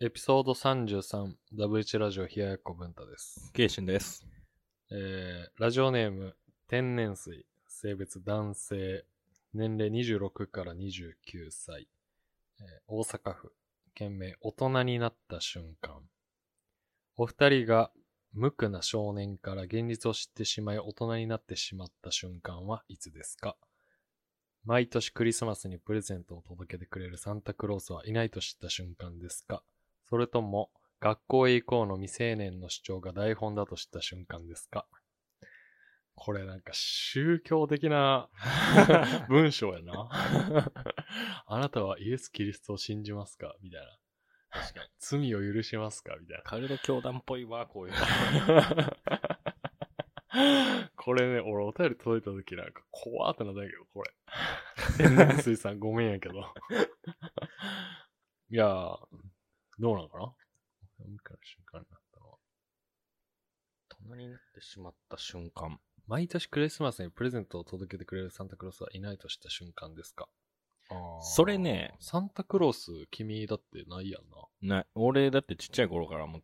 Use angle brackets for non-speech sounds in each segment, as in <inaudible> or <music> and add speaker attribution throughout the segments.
Speaker 1: エピソード33、W1 ラジオ冷ややっこ文太です。
Speaker 2: ケイシンです。
Speaker 1: えー、ラジオネーム、天然水、性別男性、年齢26から29歳、えー大阪府、県名、大人になった瞬間。お二人が無垢な少年から現実を知ってしまい大人になってしまった瞬間はいつですか毎年クリスマスにプレゼントを届けてくれるサンタクロースはいないと知った瞬間ですかそれとも学校へ行こうの未成年の主張が台本だと知った瞬間ですかこれなんか宗教的な文章やな。 <laughs> あなたはイエス・キリストを信じますかみたいな。罪を許しますかみたいな。
Speaker 2: カルト教団っぽいわ、こ <laughs> ういう。 <laughs>
Speaker 1: これね、俺お便り届いた時なんか怖ってなったんやけど、
Speaker 2: <laughs>
Speaker 1: これ。天然水さんごめんやけど。いやー、どうなんかな何から瞬間になったのは
Speaker 2: 大人になってしまった瞬間。
Speaker 1: 毎年クリスマスにプレゼントを届けてくれるサンタクロースはいないとした瞬間ですかあー
Speaker 2: それね
Speaker 1: サンタクロース君だってないやんな。
Speaker 2: な、俺だってちっちゃい頃からもう、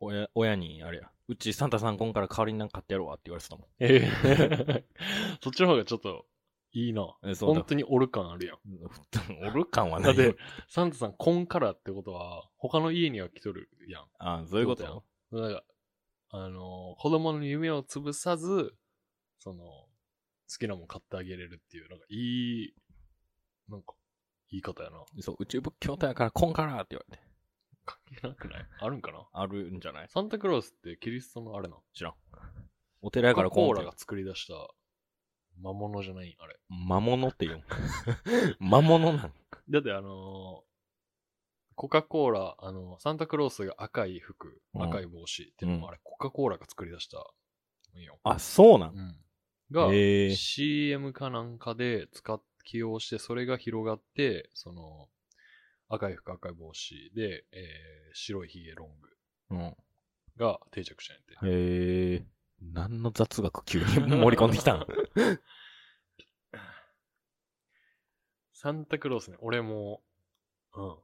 Speaker 2: 親、親に、あれや、うちサンタさん今から代わりになんか買ってやるわって言われてたも
Speaker 1: ええ <laughs> そっちの方がちょっといいな。
Speaker 2: ん。え、そうだ
Speaker 1: 本。当におる感あるやん。
Speaker 2: <laughs> おる感は
Speaker 1: だ
Speaker 2: な
Speaker 1: っ
Speaker 2: いよ
Speaker 1: て。、サンタさん、コンからってことは、他の家には来とるやん。
Speaker 2: あ、そういうこと
Speaker 1: どだから、あのー子供の夢を潰さず、その、好きなもん買ってあげれるっていう、なんか、いい、なんか、言い方やな。
Speaker 2: そう、宇宙仏教徒やから今からって言われて。
Speaker 1: 関係なくないあるんかな
Speaker 2: あるんじゃない
Speaker 1: サンタクロースってキリストのあれな。
Speaker 2: 知らん。お寺やから
Speaker 1: コー
Speaker 2: 今
Speaker 1: ラ
Speaker 2: から
Speaker 1: が。作り出した魔物じゃないあれ。
Speaker 2: 魔物って言うん。 <laughs> 魔物なん。
Speaker 1: だってあのーコカ・コーラ、あのサンタクロースが赤い服、
Speaker 2: うん
Speaker 1: 赤い帽子っていうのもあれ、コカ・コーラが作り出したんよ。
Speaker 2: あ、そうなん。
Speaker 1: うん、が、
Speaker 2: へえ
Speaker 1: CM かなんかで使っ起用して、それが広がって、その、赤い服、赤い帽子で、えー白いヒゲロン
Speaker 2: うん。へ
Speaker 1: グが定着したんやって。
Speaker 2: え。何の雑学急に盛り込んできた <laughs> ん
Speaker 1: サンタクロースね、俺も、うん。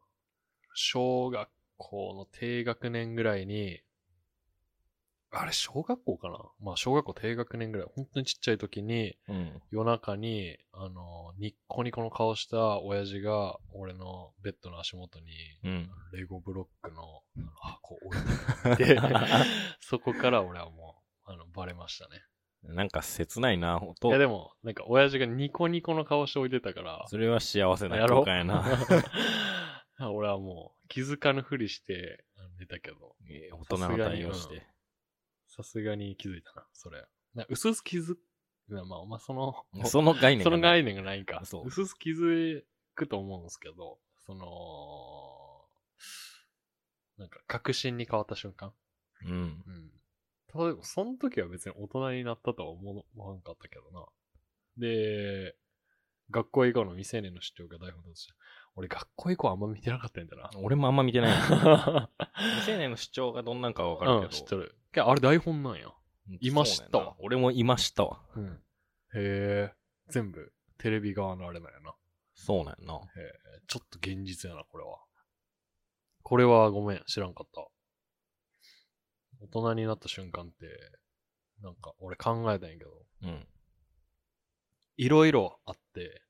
Speaker 1: 小学校の低学年ぐらいに、あれ、小学校かなまあ、小学校低学年ぐらい、本当にちっちゃい時に、
Speaker 2: うん。
Speaker 1: 夜中に、あの、ニッコニコの顔した親父が、俺のベッドの足元に、
Speaker 2: うん。
Speaker 1: レゴブロックのあの箱を置いて
Speaker 2: <laughs>
Speaker 1: てそこから俺はもう、あの、バレましたね。
Speaker 2: なんか切ないな、お
Speaker 1: い
Speaker 2: 父
Speaker 1: や、でも、なんか、親父がニコニコの顔して置いてたから、
Speaker 2: それは幸せな
Speaker 1: やろ
Speaker 2: 空間やな。
Speaker 1: <laughs> 俺はもう気づかぬふりして寝たけど、
Speaker 2: えー大人の対応し
Speaker 1: さすがに
Speaker 2: て。
Speaker 1: さすがに気づいたな、それ。な薄々気づく、まあまあ、まあ、その、
Speaker 2: その概念
Speaker 1: そ
Speaker 2: が
Speaker 1: の
Speaker 2: ない
Speaker 1: 概念がないか。
Speaker 2: そう
Speaker 1: 薄々気づくと思うんですけど、その、なんか確信に変わった瞬間。
Speaker 2: うん。
Speaker 1: うん。ただでも、その時は別に大人になったとは思わんかったけどな。で、学校以降の未成年の主張が台本だとして、俺学校以降あんま見てなかったんだ
Speaker 2: <laughs>
Speaker 1: な。
Speaker 2: 俺もあんま見てない。
Speaker 1: <laughs>
Speaker 2: 未成
Speaker 1: 未
Speaker 2: 年の主張がどんなんかはわかるけ
Speaker 1: う
Speaker 2: ど。
Speaker 1: ん、知ってる。けどあれ台本なんや。
Speaker 2: うん
Speaker 1: いましたわ
Speaker 2: そうねんな俺もいましたわ。
Speaker 1: うん。へえ、全部テレビ側のあれなんやな。
Speaker 2: そうなんやな。
Speaker 1: ちょっと現実やな、これは。これはごめん、知らんかった。大人になった瞬間って、なんか俺考えたんやけど、
Speaker 2: うん。
Speaker 1: いろいろあって、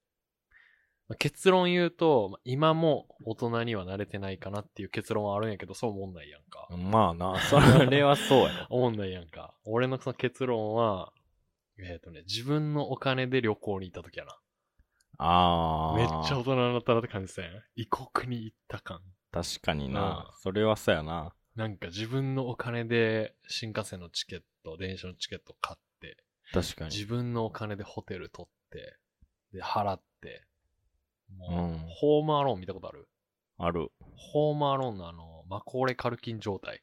Speaker 1: まあ結論言うと、まあ今も大人には慣れてないかなっていう結論はあるんやけど、そう思んないやんか。
Speaker 2: ま
Speaker 1: <laughs>
Speaker 2: あな、それはそうやろ。
Speaker 1: 思んないやんか。俺のその結論は、えっ、とね、自分のお金で旅行に行った時やな。
Speaker 2: あー。
Speaker 1: めっちゃ大人になったなって感じせん。異国に行った感。
Speaker 2: 確かにな
Speaker 1: う。
Speaker 2: それはそうやな。
Speaker 1: なんか自分のお金で新幹線のチケット、電車のチケット買って、
Speaker 2: 確かに。
Speaker 1: 自分のお金でホテル取って、で、払って、もう、
Speaker 2: うん
Speaker 1: ホームアローン見たことある
Speaker 2: ある。
Speaker 1: ホームアローンのあの、マコーレカルキン状態。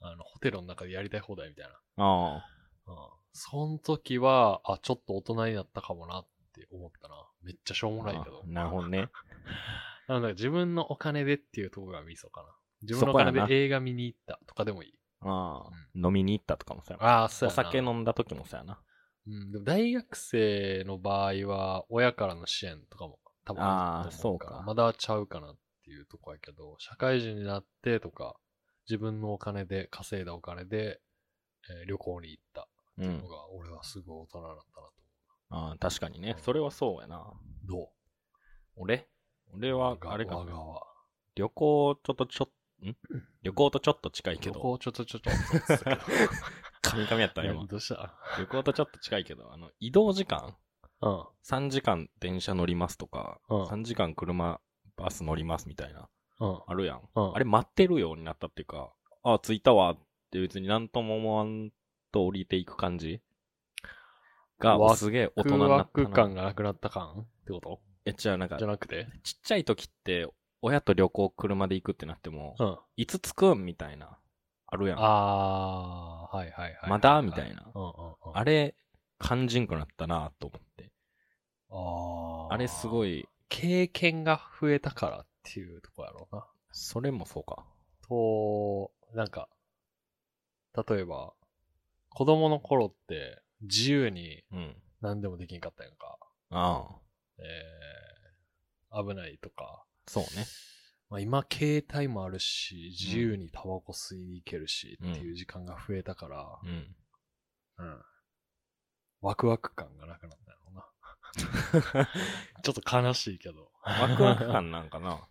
Speaker 1: あの、ホテルの中でやりたい放題みたいな。
Speaker 2: あ
Speaker 1: うん。その時は、あ、ちょっと大人になったかもなって思ったな。めっちゃしょう
Speaker 2: あ。
Speaker 1: もないけど
Speaker 2: あ。なるほどね。
Speaker 1: <laughs> なんだか自分のお金でっていうところがミソかな。自分のお金
Speaker 2: そこや
Speaker 1: で
Speaker 2: な
Speaker 1: 映画見に行ったとかでもいい。
Speaker 2: ああ。飲みに行ったとかもそうやな。
Speaker 1: ああ、そう
Speaker 2: お
Speaker 1: やな。
Speaker 2: 酒飲んだ時もそうやな。
Speaker 1: うん、でも大学生の場合は、親からの支援とかも多分
Speaker 2: あ
Speaker 1: る
Speaker 2: ー
Speaker 1: と思
Speaker 2: そうか
Speaker 1: まだちゃうかなってっていうとこやけど、社会人になってとか、自分のお金で稼いだお金で、えー旅行に行った
Speaker 2: う
Speaker 1: の
Speaker 2: ん。
Speaker 1: が、俺はすごい大人だったなと。
Speaker 2: ああ、確かにね。それはそうやな。
Speaker 1: どう
Speaker 2: 俺俺は、あれか
Speaker 1: 我。がは。
Speaker 2: 旅行ちょっとちょ、ん旅行とちょっと近いけ
Speaker 1: 旅
Speaker 2: ど、
Speaker 1: 行ちょっとちょっと。そうですけど
Speaker 2: カミカミやっ
Speaker 1: <laughs>
Speaker 2: た
Speaker 1: いや
Speaker 2: よ、今。
Speaker 1: どうした
Speaker 2: 旅行とちょっと近いけど、あの、移動時間
Speaker 1: うん。
Speaker 2: 3時間電車乗りますとか、
Speaker 1: うん
Speaker 2: 3時間車、バス乗りますみたいな、
Speaker 1: うん。
Speaker 2: あるやん。
Speaker 1: うん
Speaker 2: あれ待ってるようになったっていうか、あ着いたわって別になんとも思わんと降りていく感じが
Speaker 1: ワ、ク
Speaker 2: すげえ大人にな
Speaker 1: 空
Speaker 2: った
Speaker 1: ク
Speaker 2: な。
Speaker 1: 感がなくなった感ってこと
Speaker 2: え、じゃあなんか
Speaker 1: じ、ゃなくて
Speaker 2: ちっちゃい時って、親と旅行車で行くってなっても、
Speaker 1: うん。
Speaker 2: いつ着くんみたいな、あるやん。あ
Speaker 1: あー、はいはいはいはい、
Speaker 2: まだみたいな
Speaker 1: うんうんうん。
Speaker 2: れ、肝心くなったなと思って。
Speaker 1: あー
Speaker 2: あれすご。い、
Speaker 1: 経験が増えたからっていうとこやろうな。
Speaker 2: それもそうか。
Speaker 1: と、なんか、例えば、子供の頃って自由に
Speaker 2: うん。
Speaker 1: 何でもできんかったやんか。
Speaker 2: ああ、
Speaker 1: えー、危ないとか。
Speaker 2: そうね。
Speaker 1: まあ、今、携帯もあるし、自由にタバコ吸いに行けるし、
Speaker 2: うん
Speaker 1: っていう時間が増えたから、 <laughs>
Speaker 2: うん。
Speaker 1: うん。ワクワク感がなくなったんやろうな。
Speaker 2: <laughs>
Speaker 1: <laughs> ちょっと悲しいけど。
Speaker 2: ワクワク感なんかな。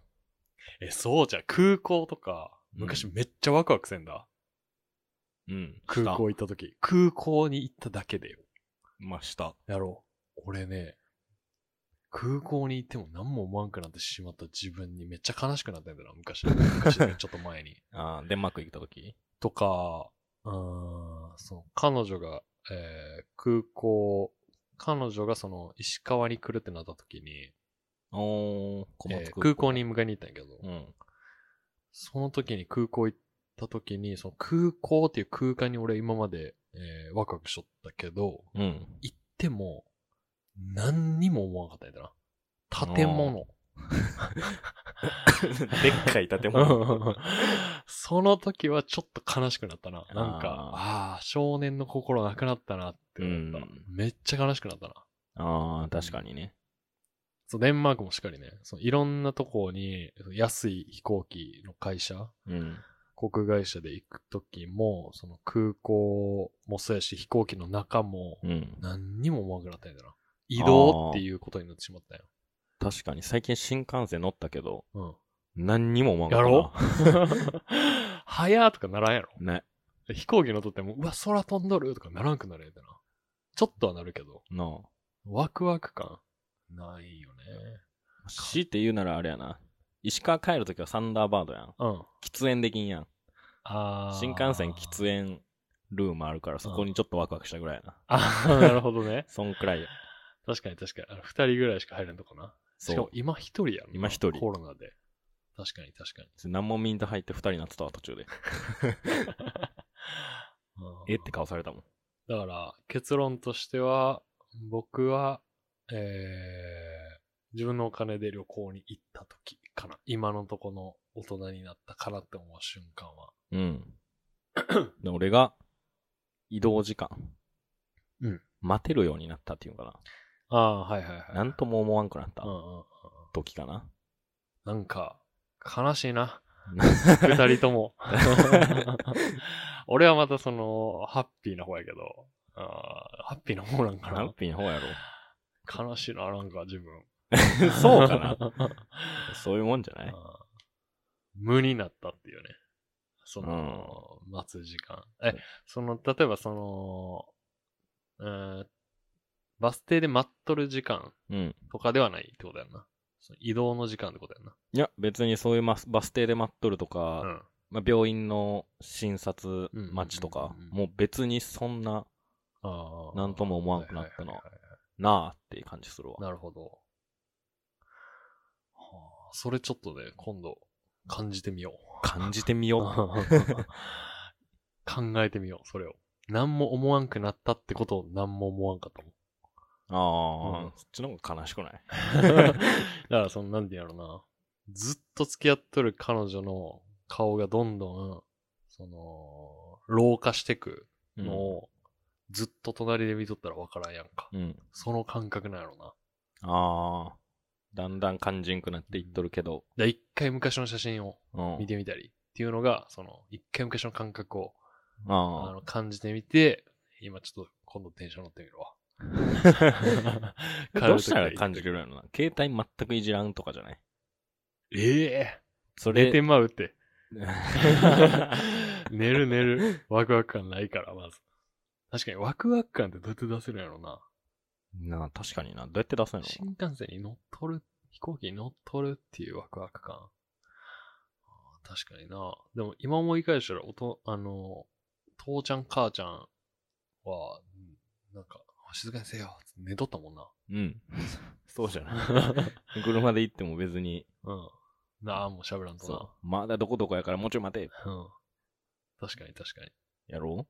Speaker 1: え、そうじゃん、空港とか、
Speaker 2: うん
Speaker 1: 昔めっちゃワクワクせんだ。
Speaker 2: うん。
Speaker 1: 空港行った時。空港に行っただけでよ。
Speaker 2: ました。
Speaker 1: やろう。俺ね、空港に行っても何も思わんくなってしまった自分にめっちゃ悲しくなったんだな、昔。昔ね、ちょっと前に。
Speaker 2: ああ、デンマーク行った時
Speaker 1: とか、うーん、そう、彼女が、えー空港、彼女がその、石川に来るってなった時に、
Speaker 2: おー、小
Speaker 1: え
Speaker 2: 松
Speaker 1: ー
Speaker 2: 空
Speaker 1: 空港に。迎えに行ったんやけど、
Speaker 2: うん。
Speaker 1: その時に空港行った時に、その空港っていう空間に俺今まで、えーワクワクしとったけど、
Speaker 2: うん。 <laughs>
Speaker 1: 行っても、何にも思わなかったんやな。建物。
Speaker 2: でっかい建
Speaker 1: その時はちょっと悲しくなったな。なんか、ああー、少年の心なくなったなって思った。
Speaker 2: うん
Speaker 1: めっちゃ悲しくなったな。
Speaker 2: ああ、確かにね。
Speaker 1: そう、デンマークもしっかりね、そういろんなとこに安い飛行機の会社、
Speaker 2: うん。
Speaker 1: 航空会社で行く時も、その空港もそうやし、飛行機の中も
Speaker 2: うん。
Speaker 1: 何にも思わなくなったんやな。移動っていうことになってしまったよ。
Speaker 2: 確かに最近新幹線乗ったけど、
Speaker 1: うん。
Speaker 2: 何にも思わん
Speaker 1: やろ
Speaker 2: かっ
Speaker 1: <laughs> 早ーとかならんやろ
Speaker 2: たなね。
Speaker 1: 飛行機乗っとっても、うわ、空飛んどるとかならんくなるやんてな。ちょっとはなるけど、
Speaker 2: の、
Speaker 1: ワクワク感ないよね。
Speaker 2: 強いて言うならあれやな。石川帰るときはサンダーバードやん。
Speaker 1: うん。
Speaker 2: 喫煙できんやん。
Speaker 1: あー
Speaker 2: 新幹線喫煙ルームあるから、そこにちょっとワクワクしたぐらいやな。
Speaker 1: あー、なるほどね。
Speaker 2: そんくらいや。
Speaker 1: 確かに確かに。あの、二人ぐらいしか入れんとこな。しか
Speaker 2: そ
Speaker 1: も今一人やんな。
Speaker 2: 今一人
Speaker 1: コロナで。確かに確かに。
Speaker 2: う。何もミント入って二人なってたわ、途中で。
Speaker 1: <laughs> うん
Speaker 2: えって顔されたもん。
Speaker 1: だから、結論としては、僕は、えー、自分のお金で旅行に行った時かな。今のとこの大人になったかなって思う瞬間は。
Speaker 2: うん。で俺が、移動時間。
Speaker 1: うん
Speaker 2: 待てるようになったっていうのか
Speaker 1: ああ、はいはいはい。
Speaker 2: な。なんとも思わんくなった
Speaker 1: うんうんうん。
Speaker 2: 時かな。
Speaker 1: なんか、悲しいな。二人とも。 <laughs> 俺はまたその、ハッピーな方やけど、あーハッピーな方なんか
Speaker 2: ハッ
Speaker 1: な。
Speaker 2: ピーの方や
Speaker 1: <laughs> 悲しいな、なんか自 <laughs> 分。
Speaker 2: ろ。そう
Speaker 1: <laughs>
Speaker 2: かな <laughs> そういうもんじゃない
Speaker 1: あー無になったっていうね。その、待つ時間。え、その、例えばその、うーんバス停で待っとる時間
Speaker 2: うん。
Speaker 1: とかではないってことやんな。その移動の時間ってことやんな。
Speaker 2: いや、別にそういうマスバス停で待っとるとか、
Speaker 1: うん。
Speaker 2: まあ、病院の診察
Speaker 1: うん
Speaker 2: 待ちとか、
Speaker 1: うんうんうん
Speaker 2: もう別にそんな、
Speaker 1: あー
Speaker 2: なんとも思わんくなったな
Speaker 1: はいはいはいはい
Speaker 2: なあっていう感じするわ。
Speaker 1: なるほど。はあ、それちょっとね、今度感じて
Speaker 2: <laughs>
Speaker 1: みよう。
Speaker 2: 感じて
Speaker 1: <laughs>
Speaker 2: みよ
Speaker 1: 考えてみよう、それを。何も思わんくなったってことを何も思わんかったもん。
Speaker 2: う。ああ、
Speaker 1: うん
Speaker 2: そっちの方が悲しくない
Speaker 1: だから、その、なんて言うんやろな。ずっと付き合っとる彼女の顔がどんどん、その、老化してくのを、ずっと隣で見とったらわからんやんか。
Speaker 2: うん。
Speaker 1: その感覚なんやろな。
Speaker 2: ああ、だんだん肝心くなっていっとるけど、
Speaker 1: で一回昔の写真を
Speaker 2: うん。
Speaker 1: 見てみたりっていうのが、その、一回昔の感覚をあ
Speaker 2: あ
Speaker 1: の感じてみて、今ちょっと今度電車乗ってみるわ。
Speaker 2: <laughs> あ。
Speaker 1: 帰る時
Speaker 2: どうしたら感じれるのな携帯全くいじらんとかじゃない
Speaker 1: ええ
Speaker 2: そ
Speaker 1: 寝
Speaker 2: れ
Speaker 1: て。まうって。
Speaker 2: う
Speaker 1: <laughs> 寝る寝る。ワクワク感ないから、まず。確かにワクワク感ってどうやって出せるんやろうな。
Speaker 2: ん <laughs> なあ確かにな。どうやって出すの
Speaker 1: 新幹線に乗っ取る、飛行機に乗っ取るっていうワクワク感。あー確かにな。でも今思い返したら、おと、あの、父ちゃん母ちゃんは、うんなんか、静かにせよ、つって寝とったもんな。
Speaker 2: うん。そうじ
Speaker 1: <laughs>
Speaker 2: ゃない。車で行っても別に、
Speaker 1: うん。なあ、もう喋らんと
Speaker 2: そう。まだどこどこやからもうちょい待て。
Speaker 1: な。うん。確かに確かに。
Speaker 2: やろ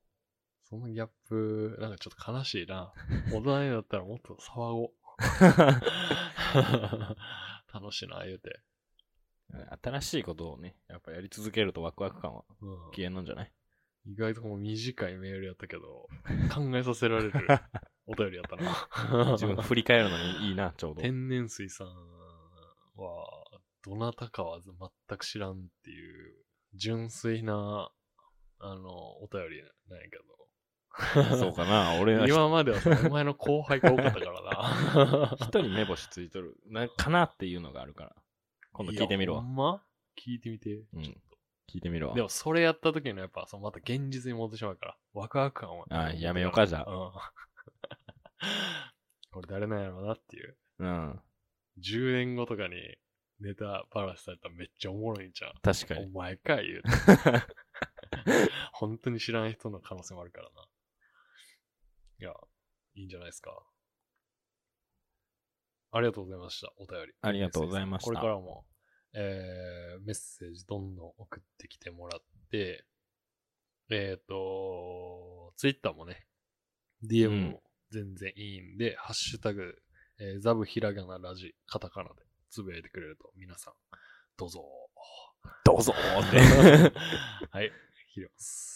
Speaker 1: そのギャップ、なんかちょっと悲しいな。大人になったらもっと騒ごう。楽しいな、言うて。
Speaker 2: う新しいことをね、やっぱやり続けるとワクワク感は
Speaker 1: うん、
Speaker 2: 消えんのんじゃ <laughs> ない
Speaker 1: 意外とこう短いメールやったけど、考えさせられるお便りやったな。
Speaker 2: 自分が振り返るのにいいな、ちょうど。
Speaker 1: 天然水さんは、どなたかは全く知らんっていう、純粋な、あの、お便りなんやけど。
Speaker 2: そうかな。俺は
Speaker 1: 今まではさお前の後輩が多かったから
Speaker 2: <laughs>
Speaker 1: な。
Speaker 2: 一人目星ついとる。なかなっていうのがあるから。今度聞いてみる
Speaker 1: や
Speaker 2: わ
Speaker 1: ほ。んま聞いてみて。
Speaker 2: うん
Speaker 1: ちょっと
Speaker 2: 聞いてみるわ。
Speaker 1: でも、それやった時のやっぱ、そのまた現実に戻ってしまうから、ワクワク感は。
Speaker 2: あやめようかじゃあ
Speaker 1: うん。 <laughs> これ誰なんやろうなっていう。
Speaker 2: うん。
Speaker 1: 10年後とかにネタばらしされたらめっちゃおもろいんちゃう
Speaker 2: 確かに。
Speaker 1: お前か言うて。 <laughs> 本当に知らん人の可能性もあるからな。いや、いいんじゃないですか。ありがとうございました。お便り。
Speaker 2: ありがとうございました
Speaker 1: これからも、えー、メッセージどんどん送ってきてもらって、えっ、ー、と、ツイッターもね、
Speaker 2: う
Speaker 1: DM
Speaker 2: ん
Speaker 1: も全然いいんで、ハッシュタグ、えーザブひらがなラジ、カタカナでつぶやいてくれると皆さん、どうぞ
Speaker 2: どうぞーっ
Speaker 1: ー。
Speaker 2: <laughs> て。
Speaker 1: はい、切ります。